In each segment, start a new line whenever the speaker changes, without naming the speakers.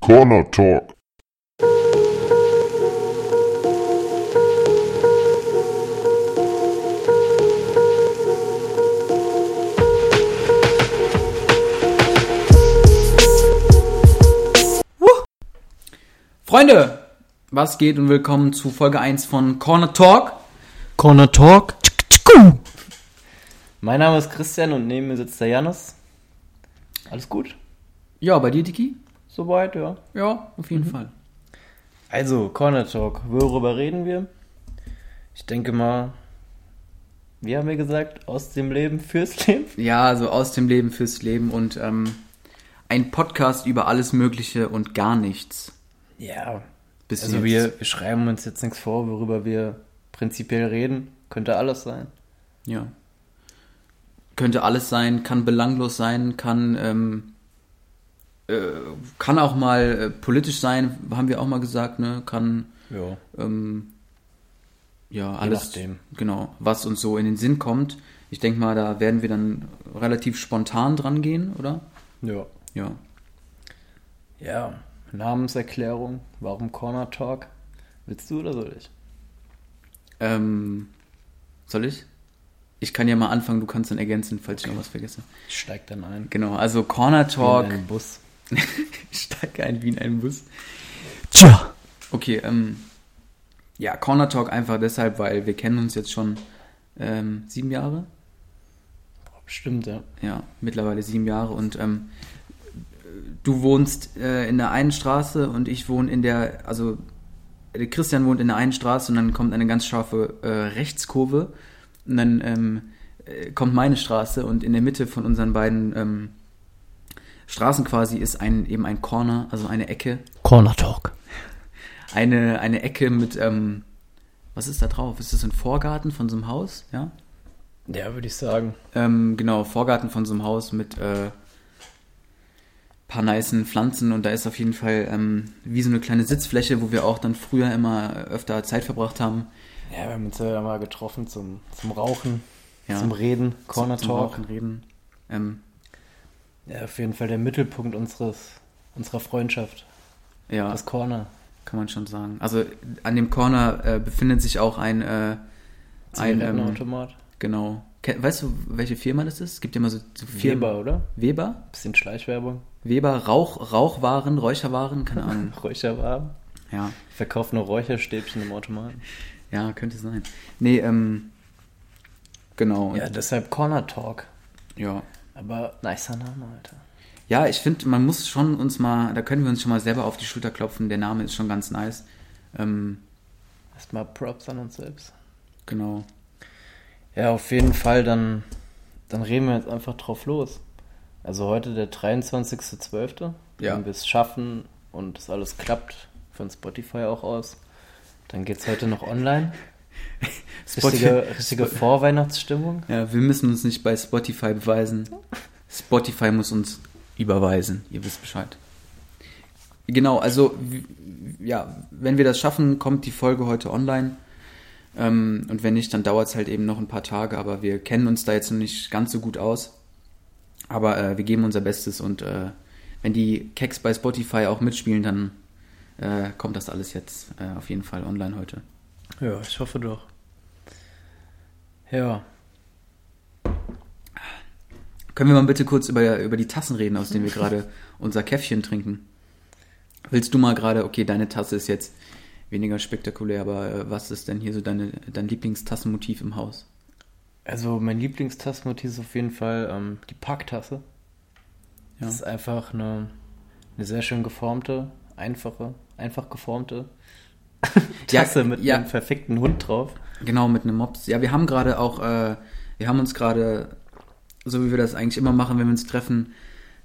Corner Talk.
Freunde, was geht und willkommen zu Folge 1 von Corner Talk.
Corner Talk.
Mein Name ist Christian und neben mir sitzt der Janus. Alles gut?
Ja, bei dir, Tiki?
Soweit, ja.
Ja, auf jeden Fall.
Also, Corner Talk. Worüber reden wir? Ich denke mal, wie haben wir gesagt? Aus dem Leben fürs Leben?
Ja, also aus dem Leben fürs Leben und ähm, ein Podcast über alles Mögliche und gar nichts.
Ja.
Bis
also,
jetzt.
wir, wir schreiben uns jetzt nichts vor, worüber wir prinzipiell reden. Könnte alles sein.
Ja. Könnte alles sein, kann belanglos sein, kann, ähm, äh, kann auch mal äh, politisch sein, haben wir auch mal gesagt, ne? Kann,
Ja.
ähm, ja, alles,
nachdem.
genau, was uns so in den Sinn kommt. Ich denke mal, da werden wir dann relativ spontan dran gehen, oder?
Ja.
Ja.
Ja. Namenserklärung. Warum Corner Talk? Willst du oder soll ich?
Ähm, soll ich? Ich kann ja mal anfangen, du kannst dann ergänzen, falls ich noch was vergesse.
Ich steig dann ein.
Genau, also Corner Talk.
In einen Bus.
Steig ein wie in einen Bus.
Tja.
Okay, ähm, ja, Corner Talk einfach deshalb, weil wir kennen uns jetzt schon ähm, sieben Jahre.
Stimmt, ja.
Ja, mittlerweile sieben Jahre und ähm, du wohnst äh, in der einen Straße und ich wohne in der, also der Christian wohnt in der einen Straße und dann kommt eine ganz scharfe äh, Rechtskurve und dann ähm, äh, kommt meine Straße und in der Mitte von unseren beiden ähm, Straßen quasi ist ein, eben ein Corner, also eine Ecke,
Corner Talk.
eine, eine Ecke mit, ähm, was ist da drauf? Ist das ein Vorgarten von so einem Haus? Ja.
Ja, würde ich sagen.
Ähm, genau, Vorgarten von so einem Haus mit äh, paar nicen Pflanzen und da ist auf jeden Fall ähm, wie so eine kleine Sitzfläche, wo wir auch dann früher immer öfter Zeit verbracht haben.
Ja, wir haben uns ja mal getroffen zum, zum Rauchen,
Ja.
zum Reden, Corner
Zum
Talk.
Rauchen, Reden. Ähm,
Ja, auf jeden Fall der Mittelpunkt unseres, unserer Freundschaft,
ja,
das Corner.
kann man schon sagen. Also an dem Corner äh, befindet sich auch ein, äh, ein ähm,
Zigarettenautomat.
genau. Ke- Weißt du, welche Firma das ist? Es gibt ja immer so, so Firmen.
Weber, oder?
Weber?
Bisschen Schleichwerbung.
Weber, Rauch, Rauchwaren, Räucherwaren, keine Ahnung.
Räucherwaben.
ja.
Verkauft nur Räucherstäbchen im Automaten.
Ja, könnte sein. Nee, ähm, genau.
Ja,
Ja,
deshalb Corner Talk.
ja.
Aber nicer Name, Alter.
ja ich finde, man muss schon uns mal, da können wir uns schon mal selber auf die Schulter klopfen. Der Name ist schon ganz nice. Ähm,
Erstmal Props an uns selbst.
genau.
Ja, auf jeden Fall, dann, dann reden wir jetzt einfach drauf los. Also heute der 23.12.
Ja.
Wenn wir es schaffen und das alles klappt, von Spotify auch aus, dann geht's heute noch online.
Spotify-
Richtige, richtige Vorweihnachtsstimmung.
Ja, wir müssen uns nicht bei Spotify beweisen. Spotify muss uns überweisen. Ihr wisst Bescheid. Genau, also w- ja, wenn wir das schaffen, kommt die Folge heute online. Ähm, und wenn nicht, dann dauert es halt eben noch ein paar Tage. Aber wir kennen uns da jetzt noch nicht ganz so gut aus. Aber äh, wir geben unser Bestes und äh, wenn die Keks bei Spotify auch mitspielen, dann äh, kommt das alles jetzt äh, auf jeden Fall online heute.
Ja, ich hoffe doch. Ja,
Können wir mal bitte kurz über, über die Tassen reden, aus denen wir gerade unser Käffchen trinken? Willst du mal gerade, okay, deine Tasse ist jetzt weniger spektakulär, aber äh, was ist denn hier so deine, dein Lieblingstassenmotiv im Haus?
also mein Lieblingstastenmotiv ist auf jeden Fall ähm, die Packtasse.
Ja.
Das ist einfach eine, eine sehr schön geformte, einfache, einfach geformte
Ja,
Tasse mit
ja.
einem verfickten Hund drauf.
Genau, mit einem Mops. Ja, wir haben gerade auch, äh, wir haben uns gerade, so wie wir das eigentlich immer machen, wenn wir uns treffen,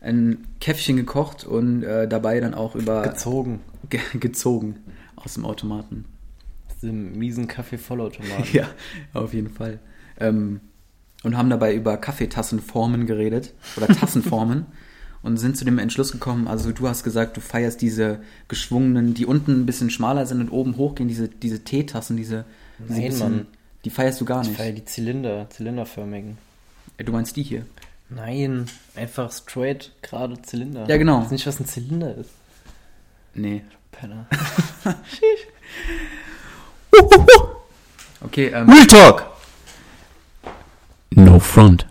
ein Käffchen gekocht und äh, dabei dann auch über
Gezogen.
ge gezogen aus dem Automaten.
Aus dem miesen Kaffee-Vollautomaten.
Ja, auf jeden Fall. Ähm, und haben dabei über Kaffeetassenformen geredet oder Tassenformen und sind zu dem Entschluss gekommen, also du hast gesagt, du feierst diese geschwungenen, die unten ein bisschen schmaler sind und oben hochgehen, diese, diese Teetassen, diese, diese
Nein, Mann.
die feierst du gar
Ich
nicht. Äh,
feiere die Zylinder, zylinderförmigen.
Du meinst die hier.
Nein, einfach straight, gerade Zylinder.
Ja, genau.
Ich weiß nicht, was ein Zylinder ist.
Nee.
Penner.
Okay, ähm,
Real Talk. No front.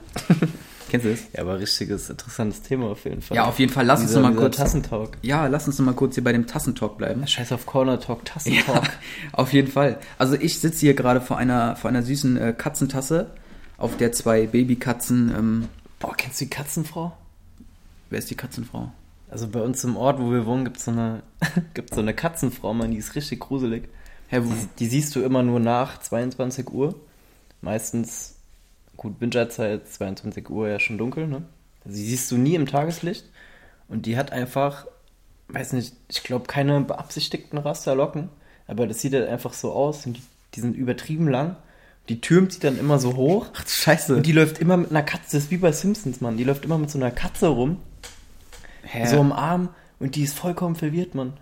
kennst du das?
Ja, aber richtiges, interessantes Thema auf jeden Fall.
Ja, auf jeden Fall. Lass uns
Dieser-
nochmal
dieser
kurz.
Tassentalk.
Ja, lass uns nochmal kurz hier bei dem Tassentalk bleiben.
Scheiß auf Corner Talk, Tassentalk.
Ja, auf jeden Fall. Also ich sitze hier gerade vor einer, vor einer süßen äh, Katzentasse, auf der zwei Babykatzen. Ähm,
Boah, kennst du die Katzenfrau?
wer ist die Katzenfrau?
Also bei uns im Ort, wo wir wohnen, gibt's so eine, gibt's so eine Katzenfrau, Mann, die ist richtig gruselig.
Hä, wo,
Die, die siehst du immer nur nach 22 Uhr. Meistens, gut, Winterzeit, 22 Uhr ja schon dunkel, ne? Also die siehst du nie im Tageslicht. Und die hat einfach, weiß nicht, ich glaube, keine beabsichtigten Rasterlocken. Aber das sieht halt einfach so aus. Und die, die sind übertrieben lang. Die türmt sie dann immer so hoch.
ach, scheiße.
Und die läuft immer mit einer Katze, das ist wie bei Simpsons, Mann. Die läuft immer mit so einer Katze rum,
hä,
so im Arm. Und die ist vollkommen verwirrt, Mann.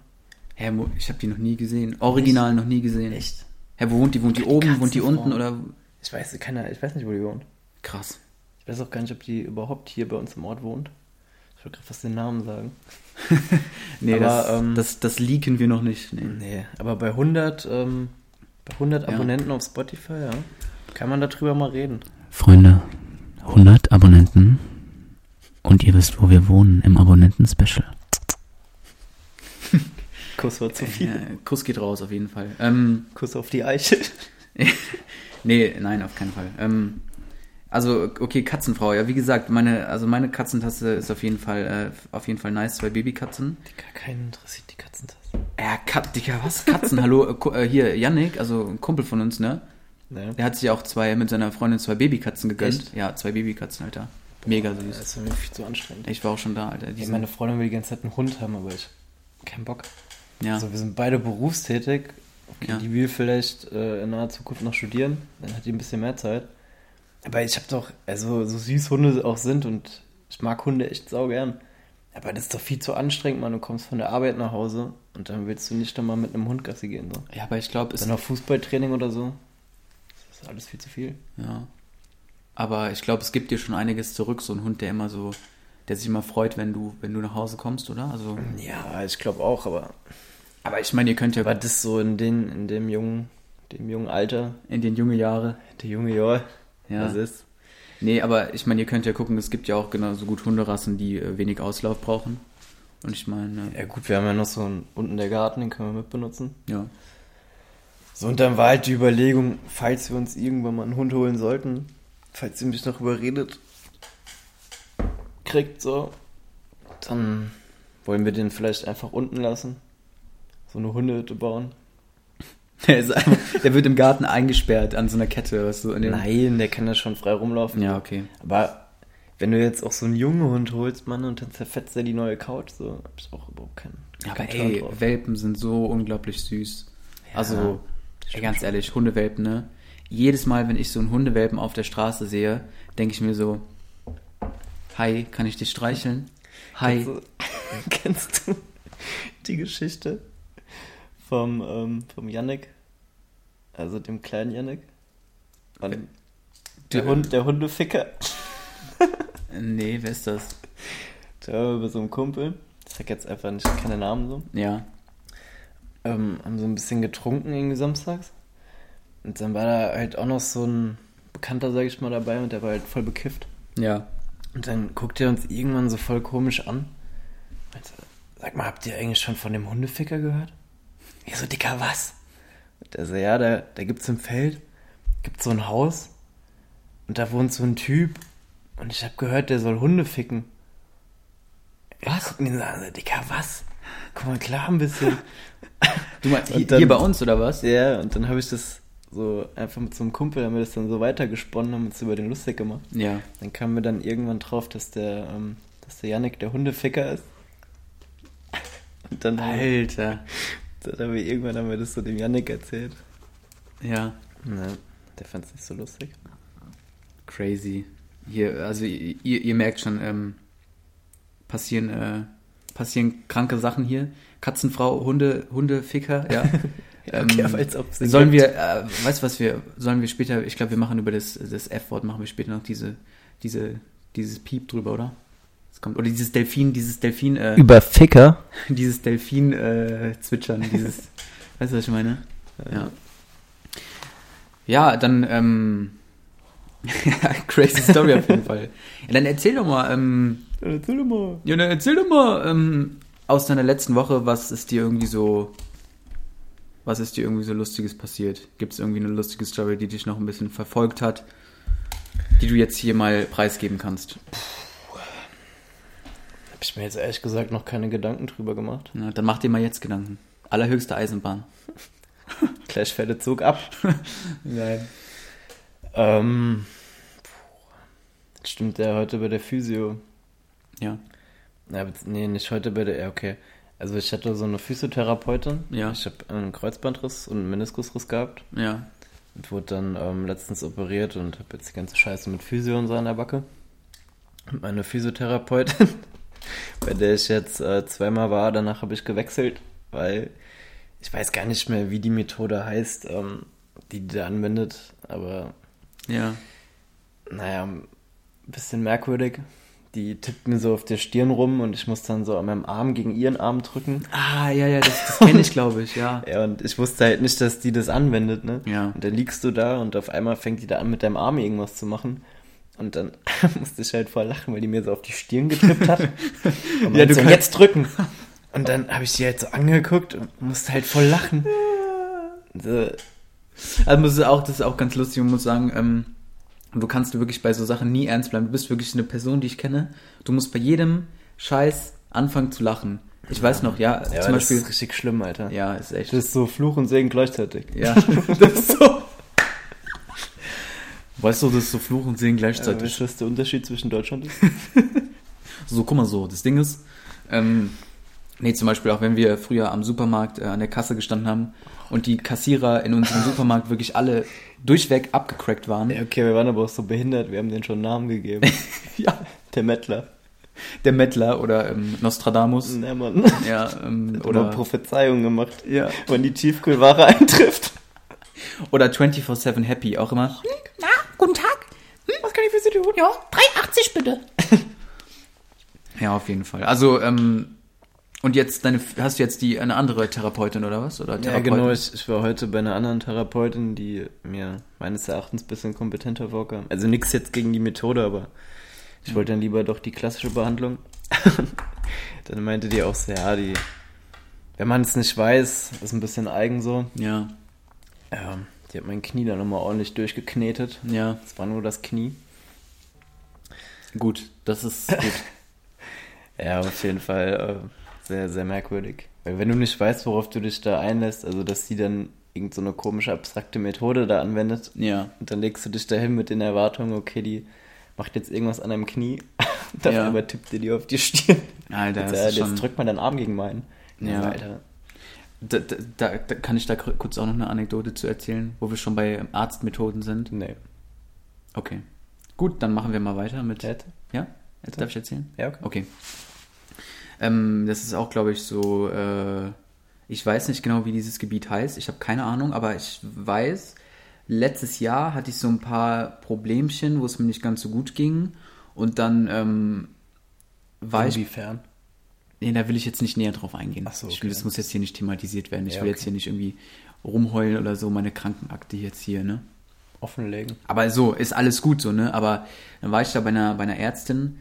Also, hä, wo, ich habe die noch nie gesehen. Original noch nie gesehen.
Echt?
Hä, wo wohnt die? Wohnt die oben? Wohnt die
Katzenfrau.
unten? Oder
Ich weiß, keine, ich weiß nicht, wo die wohnt.
krass.
Ich weiß auch gar nicht, ob die überhaupt hier bei uns im Ort wohnt. Ich wollte gerade fast den Namen sagen.
Nee,
Aber,
das,
ähm,
das, das leaken wir noch nicht. Nee.
Nee, aber bei 100, ähm, bei
Ja.
100 Abonnenten auf Spotify, ja, kann man darüber mal reden.
Freunde, 100 Abonnenten. Und ihr wisst, wo wir wohnen im Abonnenten-Special.
Kuss war zu viel.
Ja, Kuss geht raus, auf jeden Fall. Ähm,
Kuss auf die Eiche.
nee, nein, auf keinen Fall. Ähm, also, okay, Katzenfrau, ja, wie gesagt, meine, also meine Katzentasse ist auf jeden Fall, äh, auf jeden Fall nice, zwei Babykatzen.
Digga, keinen interessiert die Katzentasse.
Ja, Kat, Digga, was? Katzen, hallo, äh, Ku- äh, hier, Yannick, also ein Kumpel von uns, ne?
Ne?
Der hat sich auch zwei, mit seiner Freundin zwei Babykatzen gegönnt.
Echt?
Ja, zwei Babykatzen, Alter. Mega
Das
süß.
ist mir viel zu anstrengend.
Ich war auch schon da, Alter. Die
Ey,
sind-
meine Freundin will die ganze Zeit einen Hund haben, aber ich hab keinen Bock.
ja.
Also wir sind beide berufstätig. Okay,
Ja.
Die will vielleicht äh, in naher Zukunft noch studieren. Dann hat die ein bisschen mehr Zeit. Aber ich habe doch, also so süß Hunde auch sind und ich mag Hunde echt sau gern. Aber das ist doch viel zu anstrengend, Mann. Du kommst von der Arbeit nach Hause und dann willst du nicht nochmal mit einem Hund Gassi gehen. So.
ja, aber ich glaube, es
Dann noch Fußballtraining oder so. Das ist alles viel zu viel.
Ja. Aber ich glaube, es gibt dir schon einiges zurück, so ein Hund, der immer so, der sich immer freut, wenn du, wenn du nach Hause kommst, oder? Also,
Ja, ich glaube auch, aber.
aber ich meine, ihr könnt
Aber
ja
das so in, den, in dem jungen, dem jungen Alter,
in den junge Jahre.
der junge Jahr,
Ja.
was ist.
Nee, aber ich meine, ihr könnt ja gucken, es gibt ja auch genauso gut Hunderassen, die äh, wenig Auslauf brauchen. Und ich meine, äh,
Ja gut, wir haben ja noch so einen unten der Garten, den können wir mitbenutzen.
ja.
So, und dann war halt die Überlegung, falls wir uns irgendwann mal einen Hund holen sollten, falls ihr mich noch überredet, kriegt so, dann wollen wir den vielleicht einfach unten lassen. So eine Hundehütte bauen.
Der, ist einfach, der wird im Garten eingesperrt an so einer Kette, weißt du? An dem,
Nein, der kann ja schon frei rumlaufen.
Ja, okay.
Aber wenn du jetzt auch so einen jungen Hund holst, Mann, und dann zerfetzt er die neue Couch, so, hab ich auch überhaupt keinen.
Ja,
keinen
aber
Plan
ey,
drauf.
Welpen sind so unglaublich süß. also, ey,
stimmt
ganz
schon.
ehrlich, Hundewelpen, ne? Jedes Mal, wenn ich so einen Hundewelpen auf der Straße sehe, denke ich mir so, hi, kann ich dich streicheln? Hi.
Also, kennst du die Geschichte vom, ähm, vom Yannick? Also dem kleinen Yannick? Und der,
Der-
Hund, der Hundeficker.
Nee, wer ist das?
Der war bei so einem Kumpel. Ich sag jetzt einfach nicht, keine Namen so.
Ja.
ähm, haben so ein bisschen getrunken irgendwie samstags. Und dann war da halt auch noch so ein Bekannter, sag ich mal, dabei und der war halt voll bekifft.
Ja.
Und dann guckt er uns irgendwann so voll komisch an. Und so, sag mal, habt ihr eigentlich schon von dem Hundeficker gehört? Ich so, Dicker, was? Und er so, ja, da, da gibt's im Feld, gibt's so ein Haus und da wohnt so ein Typ und ich hab gehört, der soll Hunde ficken. Was? Guck ihn so an, so, Dicker, was? Guck mal klar ein bisschen.
Du meinst
Und
hi-
dann-
hier bei uns oder was?
Ja, und dann habe ich das so einfach mit so einem Kumpel, haben wir das dann so weitergesponnen, haben uns über den lustig gemacht.
Ja.
Dann kamen wir dann irgendwann drauf, dass der, ähm, dass der Yannick der Hundeficker ist. Und dann, dann
Alter.
haben wir irgendwann haben wir das so dem Yannick erzählt.
Ja.
Ne, der fand es nicht so lustig.
Crazy. Hier, also ihr, ihr ihr merkt schon, ähm, passieren, äh, passieren kranke Sachen hier. Katzenfrau, Hunde, Hundeficker, ja.
Okay, aber als ob sie
sollen
gibt.
wir, äh, weißt du was wir, sollen wir später, ich glaube, wir machen über das, das F-Wort, machen wir später noch diese, diese, dieses Piep drüber, oder? Das kommt. Oder dieses Delfin, dieses Delfin, äh,
Über Ficker.
dieses Delfin äh, zwitschern, dieses. weißt du, was ich meine? Ja. Ja, dann ähm, crazy Story auf jeden Fall. Ja, dann erzähl doch mal, ähm,
Erzähl doch mal.
ja, dann erzähl doch mal ähm, aus deiner letzten Woche, was ist dir irgendwie so, was ist dir irgendwie so Lustiges passiert? Gibt es irgendwie eine lustige Story, die dich noch ein bisschen verfolgt hat, die du jetzt hier mal preisgeben kannst?
Hab ich mir jetzt ehrlich gesagt noch keine Gedanken drüber gemacht.
Na, dann mach dir mal jetzt Gedanken. Allerhöchste Eisenbahn.
Gleich fährt der Zug ab.
Nein.
Ähm, puh. stimmt der heute bei der Physio?
Ja.
Ja, bez- nee, nicht heute bei der, ja, okay. Also ich hatte so eine Physiotherapeutin.
Ja.
Ich habe einen Kreuzbandriss und einen Meniskusriss gehabt
Ja.
und wurde dann ähm, letztens operiert und habe jetzt die ganze Scheiße mit Physio und so an der Backe. Und Meine Physiotherapeutin, bei der ich jetzt äh, zweimal war, danach habe ich gewechselt, weil ich weiß gar nicht mehr, wie die Methode heißt, ähm, die die da anwendet, aber
Ja.
naja, ein bisschen merkwürdig. Die tippt mir so auf der Stirn rum und ich muss dann so an meinem Arm gegen ihren Arm drücken.
Ah, ja, ja, das, das kenne ich, glaube ich, ja.
Ja, und ich wusste halt nicht, dass die das anwendet, ne?
Ja.
Und dann liegst du da und auf einmal fängt die da an, mit deinem Arm irgendwas zu machen. Und dann musste ich halt voll lachen, weil die mir so auf die Stirn getippt hat. Und
Ja,
ja,
du
du so,
kannst-
jetzt drücken. Und dann habe ich die halt so angeguckt und musste halt voll lachen. So,
Also muss es auch, das ist auch ganz lustig und muss sagen, ähm, du kannst wirklich bei so Sachen nie ernst bleiben. Du bist wirklich eine Person, die ich kenne. Du musst bei jedem Scheiß anfangen zu lachen. Ich weiß noch, ja,
ja,
zum
das
Beispiel.
ist richtig schlimm, Alter.
ja, ist echt.
Das ist so Fluch und Segen gleichzeitig.
ja, das ist so. Weißt du, das ist so Fluch und Segen
Äh,
gleichzeitig.
weißt du, was der Unterschied zwischen Deutschland ist?
So, guck mal so, das Ding ist, ähm, nee, zum Beispiel auch wenn wir früher am Supermarkt äh, an der Kasse gestanden haben und die Kassierer in unserem Supermarkt wirklich alle durchweg abgecrackt waren.
Ja, okay, wir waren aber auch so behindert, wir haben denen schon einen Namen gegeben.
ja.
Der Mettler.
Der Mettler oder ähm, Nostradamus.
Ja, Mann. Hat
Ja, ähm,
Mhm. Oder
oder,
Prophezeiungen gemacht.
ja.
Wann die Tiefkühlware eintrifft.
oder 24-7 Happy, auch immer.
Mhm.
Na, guten Tag. Hm? Was kann ich für Sie tun? Ja, 3,80 bitte.
Ja, auf jeden Fall. Also, ähm, und jetzt deine, hast du jetzt die, eine andere Therapeutin oder was? Oder
Ja,
Therapeutin?
genau. Ich, ich war heute bei einer anderen Therapeutin, die mir meines Erachtens ein bisschen kompetenter vorkam. Also nichts jetzt gegen die Methode, aber ich wollte dann lieber doch die klassische Behandlung. dann meinte die auch so, ja, die, wenn man es nicht weiß, ist ein bisschen eigen so.
Ja,
Ähm, die hat mein Knie dann nochmal ordentlich durchgeknetet.
ja,
Es war nur das Knie.
gut. Das ist gut.
Ja, auf jeden Fall äh, sehr, sehr merkwürdig. Weil wenn du nicht weißt, worauf du dich da einlässt, also dass sie dann irgend so eine komische, abstrakte Methode da anwendet,
ja.
und dann legst du dich dahin mit den Erwartungen, okay, die macht jetzt irgendwas an deinem Knie, dann
Ja.
übertippt die dir auf die Stirn.
Alter,
jetzt,
das
äh,
ist schon-
jetzt drückt man deinen Arm gegen meinen.
Ja.
Alter.
Da, da, da, da kann ich da kur- kurz auch noch eine Anekdote zu erzählen, wo wir schon bei ähm, Arztmethoden sind.
Nee.
Okay. Gut, dann machen wir mal weiter mit.
Ted?
Ja? Jetzt darf ich erzählen?
Ja, okay.
Okay. Ähm, das ist auch, glaube ich, so. Äh, ich weiß nicht genau, wie dieses Gebiet heißt. Ich habe keine Ahnung, aber ich weiß, letztes Jahr hatte ich so ein paar Problemchen, wo es mir nicht ganz so gut ging. Und dann ähm, war ich.
Inwiefern?
Nee, da will ich jetzt nicht näher drauf eingehen.
Ach so,
ich will,
okay.
das muss jetzt hier nicht thematisiert werden. Ich
Ja,
will
okay.
jetzt hier nicht irgendwie rumheulen oder so, meine Krankenakte jetzt hier, ne?
Offenlegen.
Aber so, ist alles gut so, ne? Aber dann war ich da bei einer, bei einer Ärztin.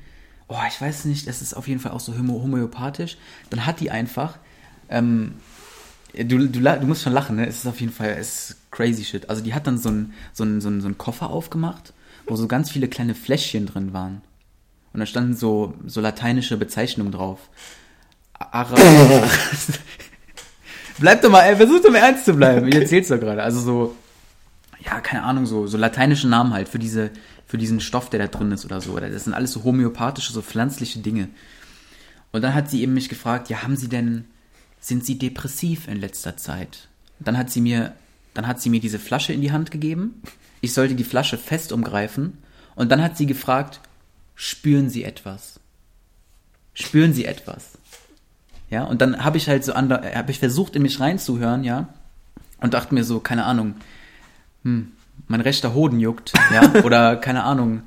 Oh, ich weiß nicht, das ist auf jeden Fall auch so homo- homöopathisch. Dann hat die einfach. Ähm, du, du, la- du musst schon lachen, ne? Es ist auf jeden Fall es ist crazy shit. Also, die hat dann so einen so einen- so einen- so einen Koffer aufgemacht, wo so ganz viele kleine Fläschchen drin waren. Und da standen so, so lateinische Bezeichnungen drauf. Ara Bleib doch mal, ey, versuch doch mal ernst zu bleiben. Ich erzähl's doch gerade. Also so, ja, keine Ahnung, so, so lateinische Namen halt für, diese, für diesen Stoff, der da drin ist oder so. Oder Das sind alles so homöopathische, so pflanzliche Dinge. Und dann hat sie eben mich gefragt, ja, haben Sie denn, sind Sie depressiv in letzter Zeit? Dann hat sie mir, dann hat sie mir diese Flasche in die Hand gegeben. Ich sollte die Flasche fest umgreifen. Und dann hat sie gefragt, spüren Sie etwas? Spüren Sie etwas? Ja, und dann habe ich halt so ander, habe ich versucht, in mich reinzuhören, ja, und dachte mir so, keine Ahnung, hm, mein rechter Hoden juckt, ja, oder keine Ahnung,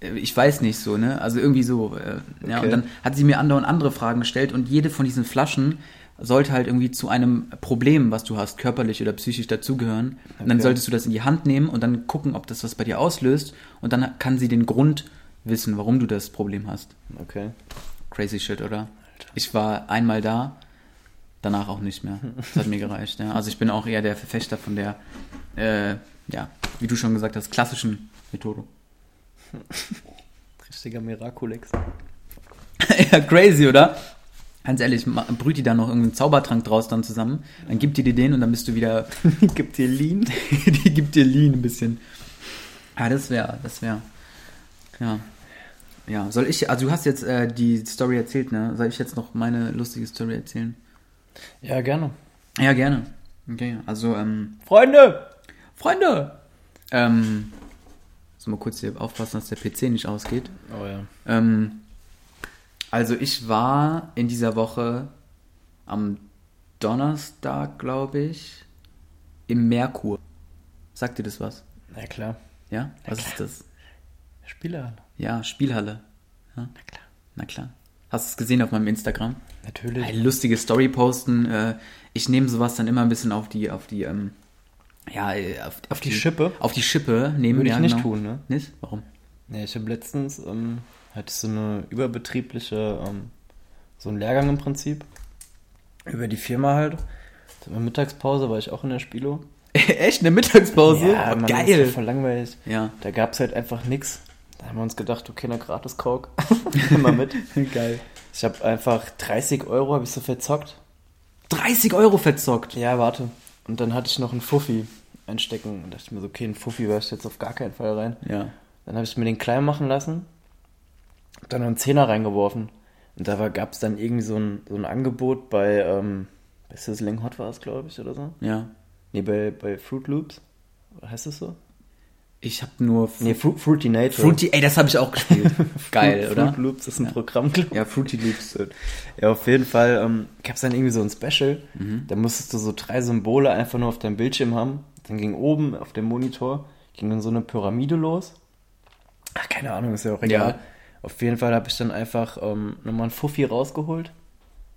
äh, ich weiß nicht so, ne? Also irgendwie so. Äh, ja,
Okay.
und dann hat sie mir andauernd andere Fragen gestellt und jede von diesen Flaschen sollte halt irgendwie zu einem Problem, was du hast, körperlich oder psychisch dazugehören. Und dann
Okay.
solltest du das in die Hand nehmen und dann gucken, ob das was bei dir auslöst. Und dann kann sie den Grund wissen, warum du das Problem hast.
Okay.
Crazy Shit, oder? Ich war einmal da, danach auch nicht mehr. Das hat mir gereicht. Ja. Also ich bin auch eher der Verfechter von der, äh, ja, wie du schon gesagt hast, klassischen Methode.
Richtiger Miraculex.
ja, crazy, oder? Ganz ehrlich, ma- brüht die da noch irgendeinen Zaubertrank draus dann zusammen, dann gibt die dir den und dann bist du wieder,
Gibt dir Lean.
die gibt dir Lean ein bisschen. Ah, das wäre, das wäre, ja. Ja, soll ich, also du hast jetzt äh, die Story erzählt, ne? Soll ich jetzt noch meine lustige Story erzählen?
Ja, gerne.
Ja, gerne. Okay, also, ähm,
Freunde!
Freunde! Ähm, muss mal kurz hier aufpassen, dass der PC nicht ausgeht.
Oh ja.
Ähm, also ich war in dieser Woche am Donnerstag, glaube ich, im Merkur. Sagt dir das was?
Na klar.
Ja? Was ist das?
Spieler.
Ja, Spielhalle. Ja?
Na klar.
Na klar. Hast du es gesehen auf meinem Instagram?
Natürlich.
Eine Halt lustige Story posten. Äh, ich nehme sowas dann immer ein bisschen auf die, auf die, ähm, ja, äh, auf, auf die,
Schippe?
Auf die Schippe nehmen.
Würde ich
ja, genau.
nicht tun, ne?
Nicht? Warum?
Ja, ich habe letztens ähm, hatte ich so eine überbetriebliche, ähm, so einen Lehrgang im Prinzip. Über die Firma halt. In der Mittagspause war ich auch in der Spilo.
Echt eine Mittagspause?
Ja, Mann, das ist ja
Oh, Geil.
voll langweilig.
Ja.
Da gab es halt einfach nix. Da haben wir uns gedacht, okay, na gratis Coke. Nimm mal mit.
Geil.
Ich habe einfach 30 Euro, habe ich so verzockt.
30 Euro verzockt.
Ja, warte. Und dann hatte ich noch einen Fuffi einstecken. Und dachte ich mir so, okay, einen Fuffi werfe ich jetzt auf gar keinen Fall rein.
Ja.
Dann habe ich mir den klein machen lassen. Hab dann noch einen Zehner reingeworfen. Und da gab es dann irgendwie so ein, so ein Angebot bei, ähm, bei Sizzling Hot war es, glaube ich, oder so.
Ja.
Nee, bei, bei Fruit Loops. Heißt das so?
Ich habe nur
Nee, Fru Fruity Nature.
Fruity, ey, das habe ich auch gespielt. Geil,
Fruit
oder?
Loops ist ein Programm, glaube ich.
Ja, Fruity Loops.
äh, Ja, auf jeden Fall ähm, gab es dann irgendwie so ein Special.
Mhm.
Da musstest du so drei Symbole einfach nur auf deinem Bildschirm haben. Dann ging oben auf dem Monitor ging dann so eine Pyramide los. Ach, keine Ahnung, ist ja auch egal.
Ja.
Auf jeden Fall habe ich dann einfach ähm, nochmal einen Fuffi rausgeholt.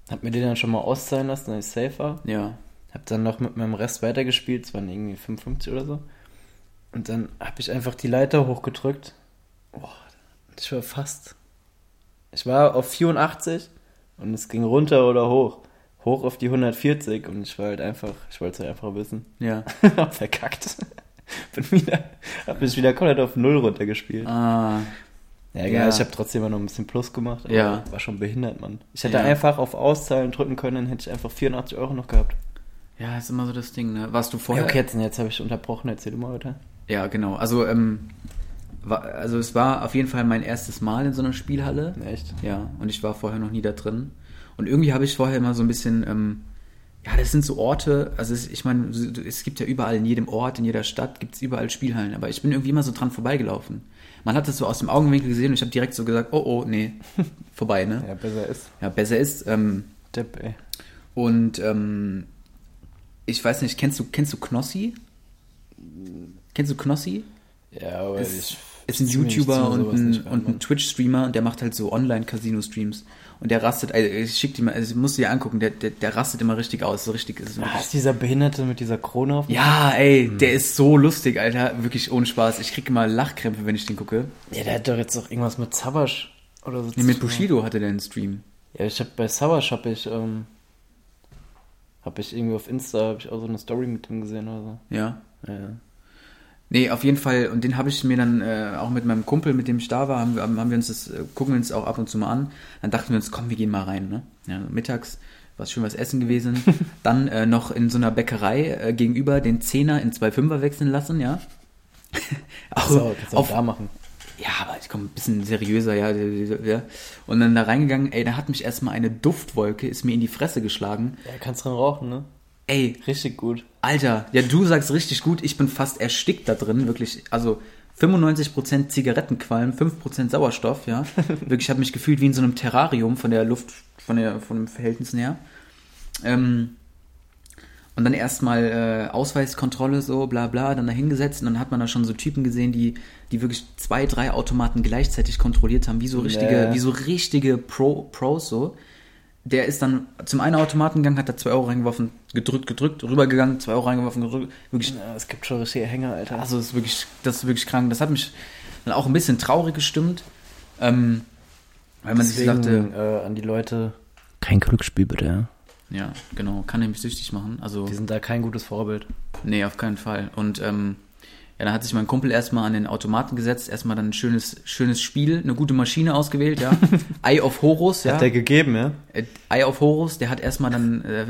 Hab mir den dann schon mal auszahlen lassen, dass ich safe war.
Ja.
Hab dann noch mit meinem Rest weitergespielt, es waren irgendwie 55 oder so. Und dann hab ich einfach die Leiter hochgedrückt. Boah, ich war fast. Ich war auf 84 und es ging runter oder hoch. Hoch auf die 140 und ich war halt einfach, ich wollte es halt einfach wissen.
Ja.
hab verkackt. Bin wieder, hab mich wieder komplett auf Null runtergespielt.
Ah,
Ja, egal,
Ja.
ich habe trotzdem immer noch ein bisschen Plus gemacht. aber
Ja.
War schon behindert, Mann. Ich hätte
Ja.
einfach auf Auszahlen drücken können, dann hätte ich einfach 84 Euro noch gehabt.
ja, ist immer so das Ding, ne? Warst du
Ja,
vorher?
Oh, okay, jetzt, jetzt habe ich unterbrochen, erzähl du mal weiter.
Ja, genau. Also, ähm, war, also es war auf jeden Fall mein erstes Mal in so einer Spielhalle.
Echt?
Ja, und ich war vorher noch nie da drin. Und irgendwie habe ich vorher immer so ein bisschen, ähm, ja, das sind so Orte, also es, ich meine, so- es gibt ja überall, in jedem Ort, in jeder Stadt gibt es überall Spielhallen, aber ich bin irgendwie immer so dran vorbeigelaufen. Man hat das so aus dem Augenwinkel gesehen und ich habe direkt so gesagt, oh, oh, nee, vorbei, ne?
Ja, besser ist.
Ja, besser ist, ähm,
Depp, ey.
und ähm, ich weiß nicht, kennst du, kennst du Knossi? Kennst du Knossi?
Ja, aber
ist, ist ein YouTuber und ein, und ein Twitch-Streamer und der macht halt so Online-Casino-Streams. Und der rastet, also ich schick dir mal, also ich muss dir angucken, der, der, der rastet immer richtig aus, so richtig. Ist
Ah, ist dieser Behinderte mit dieser Krone auf dem
ja, ey, der ist so lustig, Alter, wirklich ohne Spaß. Ich krieg immer Lachkrämpfe, wenn ich den gucke.
Ja, der hat doch jetzt noch irgendwas mit Sabasch oder so.
Nee, mit
zu tun.
Bushido hatte der einen Stream.
Ja, ich hab bei Sabasch hab ich, ähm, hab ich irgendwie auf Insta, hab ich auch so eine Story mit ihm gesehen oder so.
Ja.
Ja, ja.
Nee, auf jeden Fall. Und den habe ich mir dann äh, auch mit meinem Kumpel, mit dem ich da war, haben, wir- haben wir uns das, äh, gucken wir uns auch ab und zu mal an. Dann dachten wir uns, komm, wir gehen mal rein. Ne? Ja, mittags war schön was essen gewesen. dann äh, noch in so einer Bäckerei äh, gegenüber den Zehner in zwei Fünfer wechseln lassen, ja. auch,
So, kannst du auch
auf,
da machen.
ja, aber ich komme ein bisschen seriöser, ja, ja. Und dann da reingegangen, ey, da hat mich erstmal eine Duftwolke, ist mir in die Fresse geschlagen.
Ja, kannst dran rauchen, ne?
Ey,
Richtig gut.
Alter, ja, du sagst richtig gut, ich bin fast erstickt da drin, wirklich. Also 95% Zigarettenqualm, 5% Sauerstoff, ja. Wirklich, ich habe mich gefühlt wie in so einem Terrarium von der Luft, von, der, von den Verhältnissen her. Ähm, Und dann erstmal äh, Ausweiskontrolle, so bla bla, dann dahingesetzt und dann hat man da schon so Typen gesehen, die, die wirklich zwei, drei Automaten gleichzeitig kontrolliert haben, wie so richtige,
Nee.
wie so richtige Pro, Pros so. Der ist dann zum einen Automaten gegangen, hat da zwei Euro reingeworfen, gedrückt, gedrückt, rübergegangen, zwei Euro reingeworfen, gedrückt, wirklich
Ja, es gibt schon richtige Hänger, Alter.
also das ist wirklich, das ist wirklich krank. Das hat mich dann auch ein bisschen traurig gestimmt, ähm, weil man
Deswegen,
sich dachte,
äh, an die Leute,
Kein Glücksspiel bitte, ja.
ja, genau, kann nämlich süchtig machen. Also
äh, die sind da kein gutes Vorbild.
nee, auf keinen Fall. Und ähm, ja, dann hat sich mein Kumpel erstmal an den Automaten gesetzt, erstmal dann ein schönes, schönes Spiel, eine gute Maschine ausgewählt, ja. Eye of Horus, ja.
Hat der gegeben, ja?
Äh, Eye of Horus, der hat erstmal dann äh,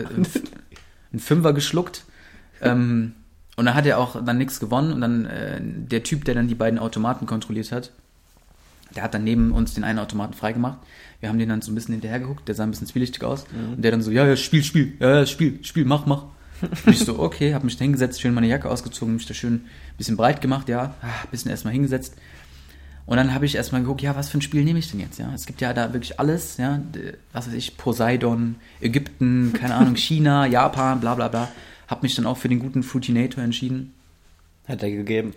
einen Fünfer geschluckt. Ähm, und dann hat er auch dann nichts gewonnen. Und dann äh, der Typ, der dann die beiden Automaten kontrolliert hat, der hat dann neben uns den einen Automaten freigemacht. Wir haben den dann so ein bisschen hinterhergeguckt, der sah ein bisschen zwielichtig aus. Und der dann so, ja, ja, spiel, spiel, ja, ja, spiel, spiel, mach, mach. Und ich so, okay, hab mich da hingesetzt, schön meine Jacke ausgezogen, mich da schön ein bisschen breit gemacht, ja, ah, ein bisschen erstmal hingesetzt. Und dann habe ich erstmal geguckt, ja, was für ein Spiel nehme ich denn jetzt? Ja, es gibt ja da wirklich alles, ja, d- was weiß ich, Poseidon, Ägypten, keine Ahnung, China, Japan, bla bla bla. Hab mich dann auch für den guten Frutinator entschieden.
Hat der gegeben.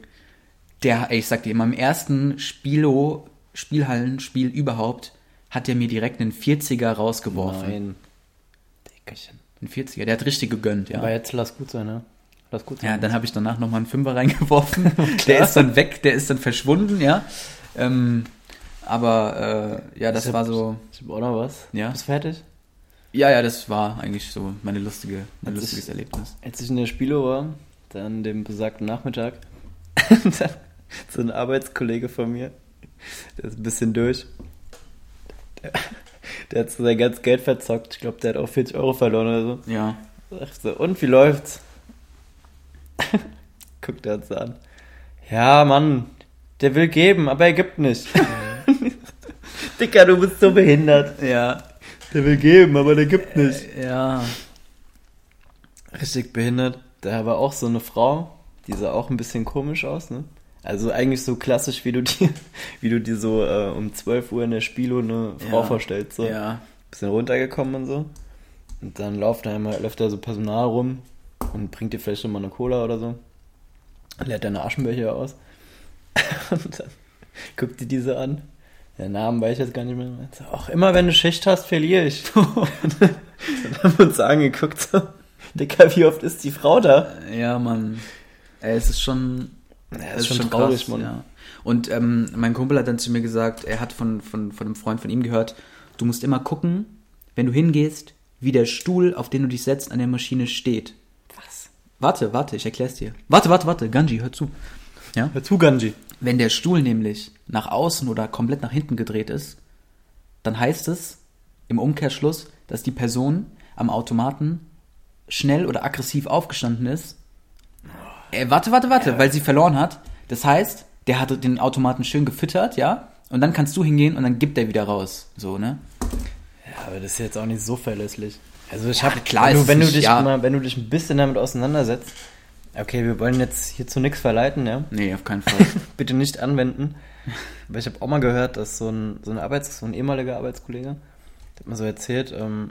Der, ey, ich sag dir, in meinem ersten Spielo, Spielhallenspiel überhaupt, hat der mir direkt einen 40er rausgeworfen.
Nein. Dickerchen.
Einen 40er, der hat richtig gegönnt, ja.
Aber jetzt lass gut sein, ne? Lass gut sein.
Ja, dann habe ich danach nochmal einen Fünfer reingeworfen. der ist dann weg, der ist dann verschwunden, ja. Ähm, aber äh, ja, das
Ich hab-
war so.
Ich hab auch noch was.
Ja.
Bist du fertig?
Ja, ja, das war eigentlich so meine lustige, mein
Das
lustiges
ist-
Erlebnis.
Als ich in der Spiele war, dann dem besagten Nachmittag, dann so ein Arbeitskollege von mir, der ist ein bisschen durch. Der, der hat so sein ganzes Geld verzockt. Ich glaube, der hat auch 40 Euro verloren oder so.
Ja.
Sag ich so, und wie läuft's? Guckt er uns an. Ja, Mann, der will geben, aber er gibt nicht. Dicker, du bist so behindert.
Ja.
Der will geben, aber der gibt nicht.
Ja.
Richtig behindert. Da war auch so eine Frau, die sah auch ein bisschen komisch aus, ne? Also eigentlich so klassisch, wie du dir, wie du dir so äh, um 12 Uhr in der Spilo eine Frau
Ja.
vorstellst. So.
Ja.
bisschen runtergekommen und so. Und dann läuft da einmal, läuft da so Personal rum und bringt dir vielleicht schon mal eine Cola oder so. Leert deine Aschenbecher aus. Und dann guckt die diese an. Der Namen weiß ich jetzt gar nicht mehr. Und so, Auch immer wenn du Schicht hast, verliere ich. Und dann haben wir uns angeguckt. So. Dicker, wie oft ist die Frau da?
Ja, Mann. Ey, es ist schon.
Ja,
es krass, ja. Und ähm, mein Kumpel hat dann zu mir gesagt, er hat von, von, von einem Freund von ihm gehört, du musst immer gucken, wenn du hingehst, wie der Stuhl, auf den du dich setzt, an der Maschine steht.
Was?
Warte, warte, ich erklär's dir. Warte, warte, warte, Ganji, hör zu. Ja?
Hör zu, Ganji.
Wenn der Stuhl nämlich nach außen oder komplett nach hinten gedreht ist, dann heißt es im Umkehrschluss, dass die Person am Automaten schnell oder aggressiv aufgestanden ist. Äh, warte, warte, warte, weil sie verloren hat. Das heißt, der hat den Automaten schön gefüttert, ja? Und dann kannst du hingehen und dann gibt er wieder raus. So, ne?
Ja, aber das ist jetzt auch nicht so verlässlich. Also ich habe
klar
wenn
ist
du,
es
wenn du
nicht,
dich
ja.
mal, wenn du dich ein bisschen damit auseinandersetzt. Okay, wir wollen jetzt hierzu nichts verleiten, ja.
Nee, auf keinen Fall.
Bitte nicht anwenden. Aber ich habe auch mal gehört, dass so ein so ein Arbeits, so ein ehemaliger Arbeitskollege, der hat mir so erzählt, ähm,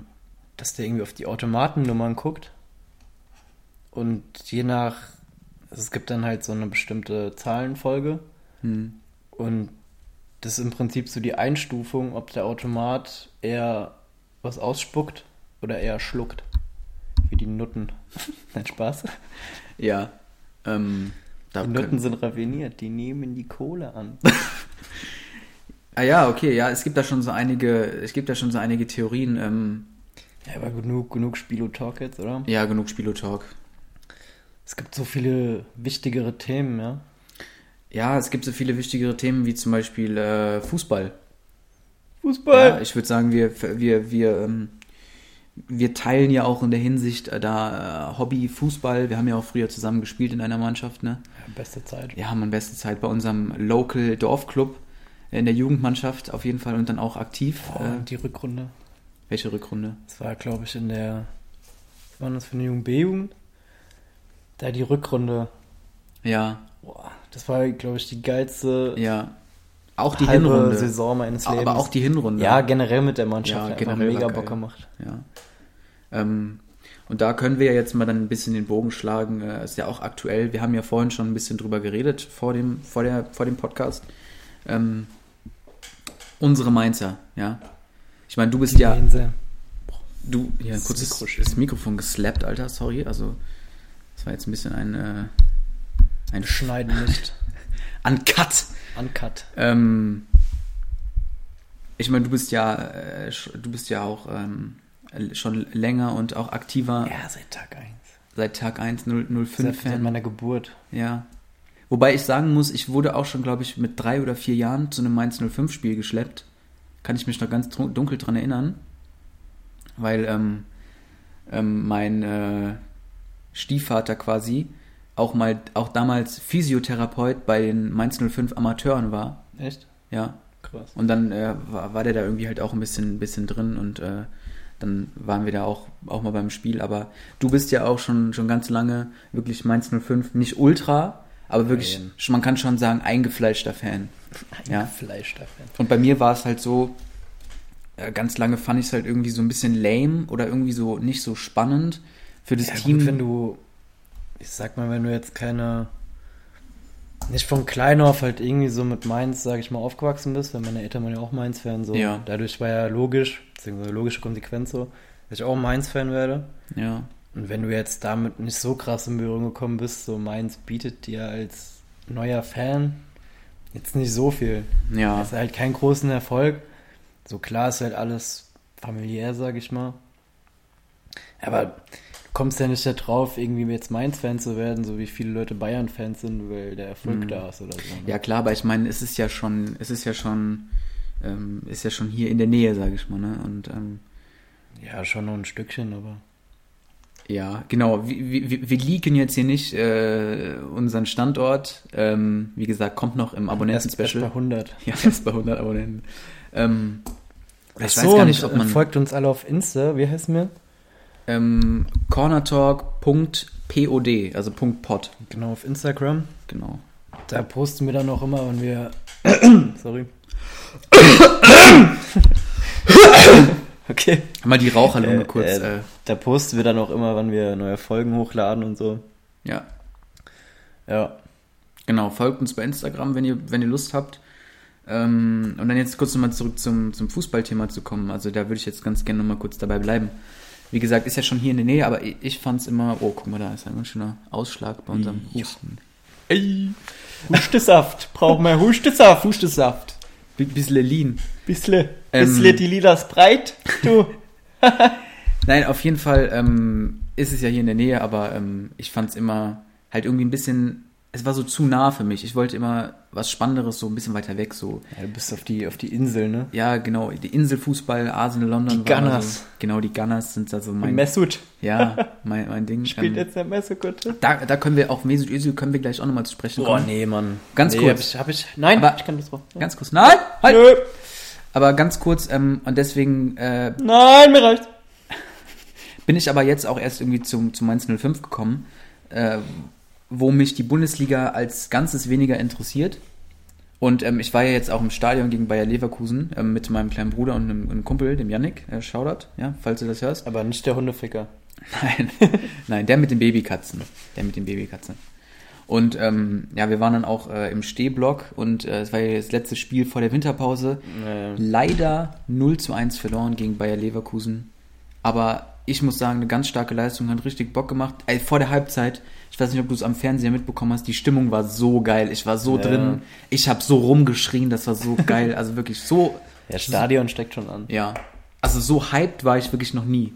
dass der irgendwie auf die Automatennummern guckt und je nach, also es gibt dann halt so eine bestimmte Zahlenfolge
hm.
und das ist im Prinzip so die Einstufung, ob der Automat eher was ausspuckt oder eher schluckt. Wie die Nutten. Nein, Spaß.
Ja. Ähm, da
Die Nutten sind raviniert, die nehmen die Kohle an.
ah ja, okay, ja, es gibt da schon so einige, es gibt da schon so einige Theorien, ähm,
Ja, aber genug, genug Spielo-Talk jetzt, oder?
ja, genug Spielo-Talk.
Es gibt so viele wichtigere Themen, ja.
Ja, es gibt so viele wichtigere Themen wie zum Beispiel äh, Fußball. Ja,
Fußball!
ich würde sagen, wir, wir, wir, ähm, wir teilen ja auch in der Hinsicht äh, da äh, Hobby Fußball. Wir haben ja auch früher zusammen gespielt in einer Mannschaft. Ne?
Beste Zeit.
Wir haben an beste Zeit bei unserem Local Dorfclub in der Jugendmannschaft auf jeden Fall und dann auch aktiv.
Boah,
Äh,
die Rückrunde.
welche Rückrunde?
Das war, glaube ich, in der. Was war das für eine Jugend? B-Jugend? Da die Rückrunde.
Ja,
Boah, das war, glaube ich, die geilste
ja. Auch die
halbe
Hinrunde.
Saison meines Lebens.
Aber auch die Hinrunde.
Ja, generell mit der Mannschaft.
Ja,
hat einfach
generell war
mega
geil.
Bock gemacht.
Ja. Ähm, Und da können wir ja jetzt mal dann ein bisschen den Bogen schlagen. Äh, ist ja auch aktuell. Wir haben ja vorhin schon ein bisschen drüber geredet vor dem, vor der, vor dem Podcast. Ähm, unsere Mainzer, ja. Ich meine, du bist ja.
Mainzer.
Du, ja, kurz das,
Mikro schütteln.
das Mikrofon geslappt, Alter, sorry. Also, das war jetzt ein bisschen ein, äh, ein Sch
Schneiden nicht.
Uncut.
Uncut.
Ähm, ich meine, du bist ja, äh, sch- du bist ja auch ähm, l- schon länger und auch aktiver
Ja, seit Tag 1.
seit Tag 1
Seit,
005
seit
Fan.
meiner Geburt.
Ja. Wobei ich sagen muss, ich wurde auch schon, glaube ich, mit drei oder vier Jahren zu einem Mainz 05 Spiel geschleppt. Kann ich mich noch ganz dru- dunkel dran erinnern. Weil ähm, ähm, mein äh, Stiefvater quasi auch mal, auch damals Physiotherapeut bei den Mainz 05 Amateuren war.
Echt?
Ja,
Krass.
und dann äh, war, war der da irgendwie halt auch ein bisschen, bisschen drin und äh, dann waren wir da auch, auch mal beim Spiel. Aber du bist ja auch schon, schon ganz lange wirklich Mainz 05, nicht ultra, aber wirklich,
Nein.
schon- man kann schon sagen, eingefleischter Fan. Ja.
Fleisch dafür.
Und bei mir war es halt so, äh, ganz lange fand ich es halt irgendwie so ein bisschen lame oder irgendwie so nicht so spannend für das
Ja,
Team.
gut, wenn du, ich sag mal, wenn du jetzt keine, nicht von klein auf halt irgendwie so mit Mainz, sag ich mal, aufgewachsen bist, weil meine Eltern waren ja auch Mainz-Fan, so.
Ja.
Dadurch war ja logisch, beziehungsweise logische Konsequenz so, dass ich auch Mainz-Fan werde.
ja.
Und wenn du jetzt damit nicht so krass in Berührung gekommen bist, so Mainz bietet dir als neuer Fan jetzt nicht so viel.
Ja.
Es ist halt keinen großen Erfolg. So klar ist halt alles familiär, sag ich mal. Aber du kommst ja nicht da drauf, irgendwie jetzt Mainz-Fan zu werden, so wie viele Leute Bayern-Fans sind, weil der Erfolg da ist oder so. ne?
Mhm. Ja klar, aber ich meine, es ist ja schon, es ist ja schon, ähm, ist ja schon hier in der Nähe, sage ich mal, ne? Und ähm,
ja, schon noch ein Stückchen, aber.
Ja, genau. Wir, wir, wir- wir leaken jetzt hier nicht äh, unseren Standort. Ähm, wie gesagt, kommt noch im
erst bei
Abonnenten-Special.
100.
Ja, erst bei 100 Abonnenten. Ähm, ich
Ach
weiß
so,
gar nicht,
und,
ob
äh,
man
Folgt uns alle auf Insta, wie heißt mir?
ähm, cornertalk.pod, also Punkt .pod,
Genau, auf Instagram.
genau.
Da posten wir dann auch immer, wenn wir. Sorry. okay.
Mal die Raucherlunge
Äh,
kurz.
äh,
Äh,
Da posten wir dann auch immer, wann wir neue Folgen hochladen und so.
ja,
Ja.
genau. Folgt uns bei Instagram, wenn ihr, wenn ihr Lust habt. Ähm, und dann jetzt kurz nochmal zurück zum, zum Fußballthema zu kommen. Also da würde ich jetzt ganz gerne nochmal kurz dabei bleiben. Wie gesagt, ist ja schon hier in der Nähe, aber ich, ich fand es immer, oh, guck mal, da ist ein ganz schöner Ausschlag bei unserem Husten.
Ey. Hustesaft. Braucht mehr Hustesaft.
Hustesaft. Bi- Bisschen lean.
Bissle.
Ähm.
Bissle die Lieder Spreit. Du.
Nein, auf jeden Fall ähm, ist es ja hier in der Nähe, aber ähm, ich fand es immer halt irgendwie ein bisschen, es war so zu nah für mich. Ich wollte immer was Spannenderes, so ein bisschen weiter weg, so.
du bist auf die, auf die Insel, ne?
Ja, genau, die Inselfußball, Arsenal, London.
Die
war immer So,
Gunners.
genau, die Gunners sind da so mein,
Messut
ja, mein, mein Ding.
spielt
ähm,
jetzt der Messut.
da, da können wir auch, Mesut Özil können wir gleich auch nochmal zu sprechen
Boah,
kommen.
nee, Mann.
Ganz
nee,
kurz.
Hab ich, hab ich, nein,
Aber-
ich kann das drauf.
Ganz kurz, nein, halt!
Nö.
Aber ganz kurz, ähm, und deswegen äh,
Nein, mir reicht's.
bin ich aber jetzt auch erst irgendwie zum, zum Mainz 05 gekommen, äh, wo mich die Bundesliga als Ganzes weniger interessiert. Und ähm, ich war ja jetzt auch im Stadion gegen Bayer Leverkusen ähm, mit meinem kleinen Bruder und einem, einem Kumpel, dem Yannick, äh, Shoutout, ja, falls du das hörst.
Aber nicht der Hundeficker.
Nein, nein, der mit den Babykatzen. Der mit den Babykatzen. Und ähm, ja, wir waren dann auch äh, im Stehblock und äh, es war ja das letzte Spiel vor der Winterpause.
Naja.
Leider 0 zu 1 verloren gegen Bayer Leverkusen. Aber ich muss sagen, eine ganz starke Leistung, hat richtig Bock gemacht. Ey, vor der Halbzeit, ich weiß nicht, ob du es am Fernseher mitbekommen hast, die Stimmung war so geil. Ich war so
Ja.
drin, ich habe so rumgeschrien, das war so geil. Also wirklich so,
Ja, Stadion steckt schon an.
ja. Also so hyped war ich wirklich noch nie.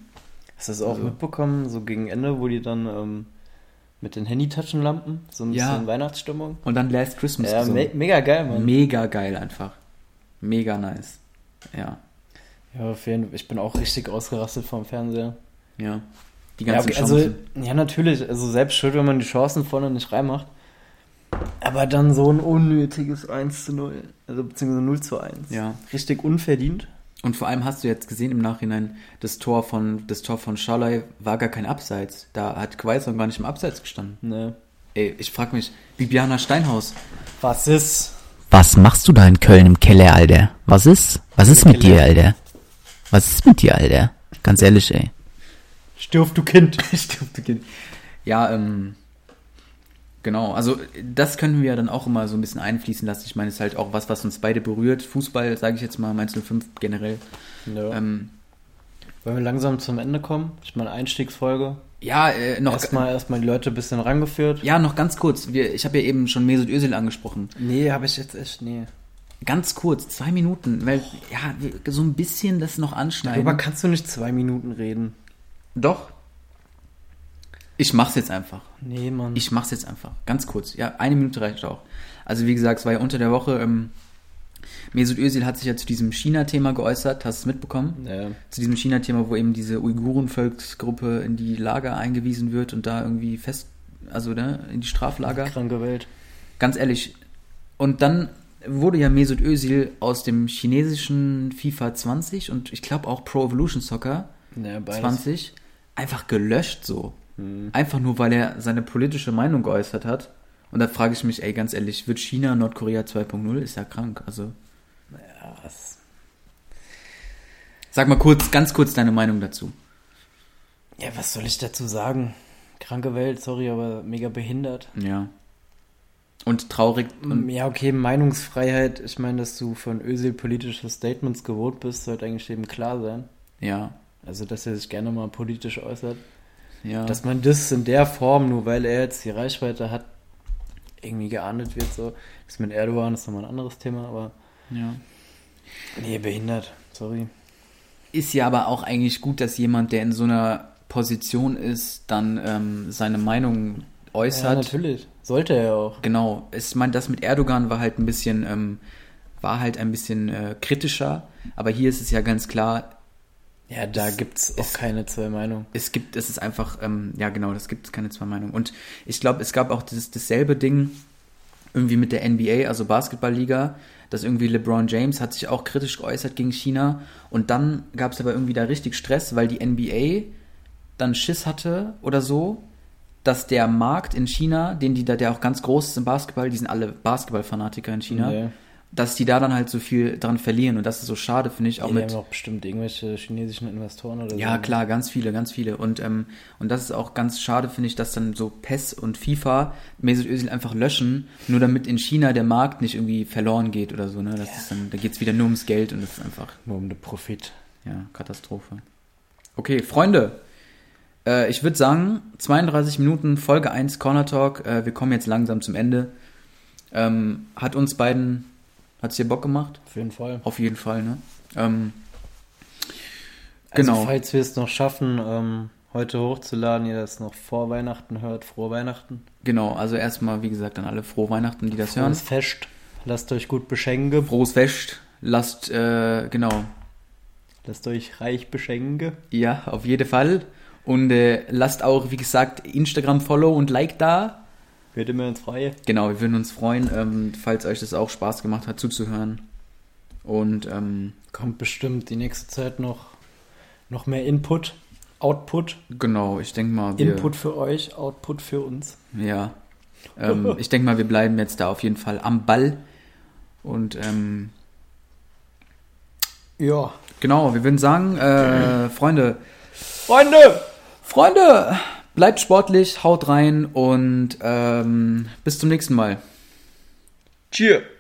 Hast du das auch
Also-
mitbekommen, so gegen Ende, wo die dann ähm, mit den Handy-Taschenlampen, so ein
Ja.
bisschen Weihnachtsstimmung?
Und dann Last Christmas
Ja,
gesungen.
me mega geil, Mann.
Mega geil einfach. Mega nice. Ja,
ja, auf jeden Fall. Ich bin auch richtig ausgerastet vom Fernseher.
ja. Die
Ja,
ganzen
okay, also,
Chancen.
ja, natürlich. Also selbst schuld, wenn man die Chancen vorne nicht reinmacht. Aber dann so ein unnötiges 1 zu 0. Also beziehungsweise 0 zu 1.
Ja.
Richtig unverdient.
Und vor allem hast du jetzt gesehen im Nachhinein, das Tor von, das Tor von Schalay war gar kein Abseits. Da hat Quaison gar nicht im Abseits gestanden.
Ne.
Ey, ich frag mich, Bibiana Steinhaus.
Was ist?
Was machst du da in Köln im Keller, Alter? Was ist? Was ist mit dir, Alter? Was ist mit dir, Alter? Ganz ehrlich, ey.
Stirb, du Kind.
Stirb, du Kind. Ja, ähm, genau. Also das können wir ja dann auch immer so ein bisschen einfließen lassen. Ich meine, es ist halt auch was, was uns beide berührt. Fußball, sage ich jetzt mal, Mainz 05 generell.
Ja.
Ähm,
Wollen wir langsam zum Ende kommen? Ich meine, Einstiegsfolge.
ja, äh, noch,
Erstmal, erstmal die Leute ein bisschen rangeführt.
ja, noch ganz kurz. Wir, ich habe ja eben schon Mesut Özil angesprochen.
Nee, habe ich jetzt echt, nee.
Ganz kurz, zwei Minuten, weil ja, wir- so ein bisschen das noch anschneiden.
Darüber kannst du nicht zwei Minuten reden.
Doch. Ich mach's jetzt einfach.
Nee, Mann.
Ich mach's jetzt einfach. Ganz kurz. Ja, eine Minute reicht auch. Also wie gesagt, es war ja unter der Woche. Ähm, Mesut Özil hat sich ja zu diesem China-Thema geäußert. Hast du es mitbekommen?
ja.
Zu diesem China-Thema, wo eben diese Uiguren-Volksgruppe in die Lager eingewiesen wird und da irgendwie fest, also ne, in die Straflager.
Kranke Welt.
Ganz ehrlich. Und dann wurde ja Mesut Özil aus dem chinesischen FIFA 20 und ich glaube auch Pro Evolution Soccer
Ja, beides. Hm.
20 einfach gelöscht so. Einfach nur, weil er seine politische Meinung geäußert hat. Und da frage ich mich, ey, ganz ehrlich, wird China Nordkorea 2.0? Ist ja krank. Also
Ja, es-
sag mal kurz, ganz kurz deine Meinung dazu.
ja, was soll ich dazu sagen? Kranke Welt, sorry, aber mega behindert. Ähm,
Ja. Und traurig. Und,
Ja, okay, Meinungsfreiheit. Ich meine, dass du von Özil politische Statements gewohnt bist, sollte eigentlich jedem klar sein.
ja.
Also, dass er sich gerne mal politisch äußert.
Ja.
Dass man das in der Form, nur weil er jetzt die Reichweite hat, irgendwie geahndet wird, so. Das mit Erdogan ist nochmal ein anderes Thema, aber
ja.
nee, behindert. Sorry.
Ist ja aber auch eigentlich gut, dass jemand, der in so einer Position ist, dann ähm, seine Meinung
Ja,
äußert.
natürlich. Sollte er ja auch.
Genau, ich meine, das mit Erdogan war halt ein bisschen, ähm, war halt ein bisschen äh, kritischer, aber hier ist es ja ganz klar,
Ja, da
Es-
gibt's
es-
auch keine zwei Meinungen.
es gibt, es ist einfach, ähm, ja genau, das gibt es keine zwei Meinungen. Und ich glaube, es gab auch das, dasselbe Ding irgendwie mit der NBA, also Basketballliga, dass irgendwie LeBron James hat sich auch kritisch geäußert gegen China und dann gab es aber irgendwie da richtig Stress, weil die NBA dann Schiss hatte oder so, dass der Markt in China, den die da, der auch ganz groß ist im Basketball, die sind alle Basketballfanatiker in China,
Nee.
dass die da dann halt so viel dran verlieren und das ist so schade, finde ich, auch
die
mit.
haben auch bestimmt irgendwelche chinesischen Investoren oder so.
Ja, klar, ganz viele, ganz viele. Und, ähm, und das ist auch ganz schade, finde ich, dass dann so PES und FIFA Mesut Özil einfach löschen, nur damit in China der Markt nicht irgendwie verloren geht oder so. Ne? Das ist dann, da geht's wieder nur ums Geld und das ist einfach,
Nur um den Profit.
ja, Katastrophe. Okay, Freunde, äh, ich würde sagen, 32 Minuten, Folge 1 Corner Talk. Äh, wir kommen jetzt langsam zum Ende. Ähm, hat uns beiden, hat's dir Bock gemacht?
Auf jeden Fall.
Auf jeden Fall, ne? Ähm,
Genau.
genau.
Also, falls wir es noch schaffen, ähm, heute hochzuladen, ihr das noch vor Weihnachten hört, frohe Weihnachten.
Genau, also erstmal, wie gesagt, an alle frohe Weihnachten, die das hören.
Frohes Fest. Lasst euch gut beschenken.
Frohes Fest. Lasst, äh, genau.
Lasst euch reich beschenken.
Ja, auf jeden Fall. Und äh, lasst auch, wie gesagt, Instagram-Follow und Like da.
Wird immer ins Freie.
Genau, wir würden uns freuen, ähm, falls euch das auch Spaß gemacht hat, zuzuhören. Und ähm,
Kommt bestimmt die nächste Zeit noch, noch mehr Input. Output.
genau, ich denke mal, wir.
Input für euch, Output für uns.
Ja. Ähm, ich denke mal, wir bleiben jetzt da auf jeden Fall am Ball. Und ähm,
Ja.
genau, wir würden sagen, äh, Freunde,
Freunde!
Freunde, bleibt sportlich, haut rein und ähm, bis zum nächsten Mal.
Cheers!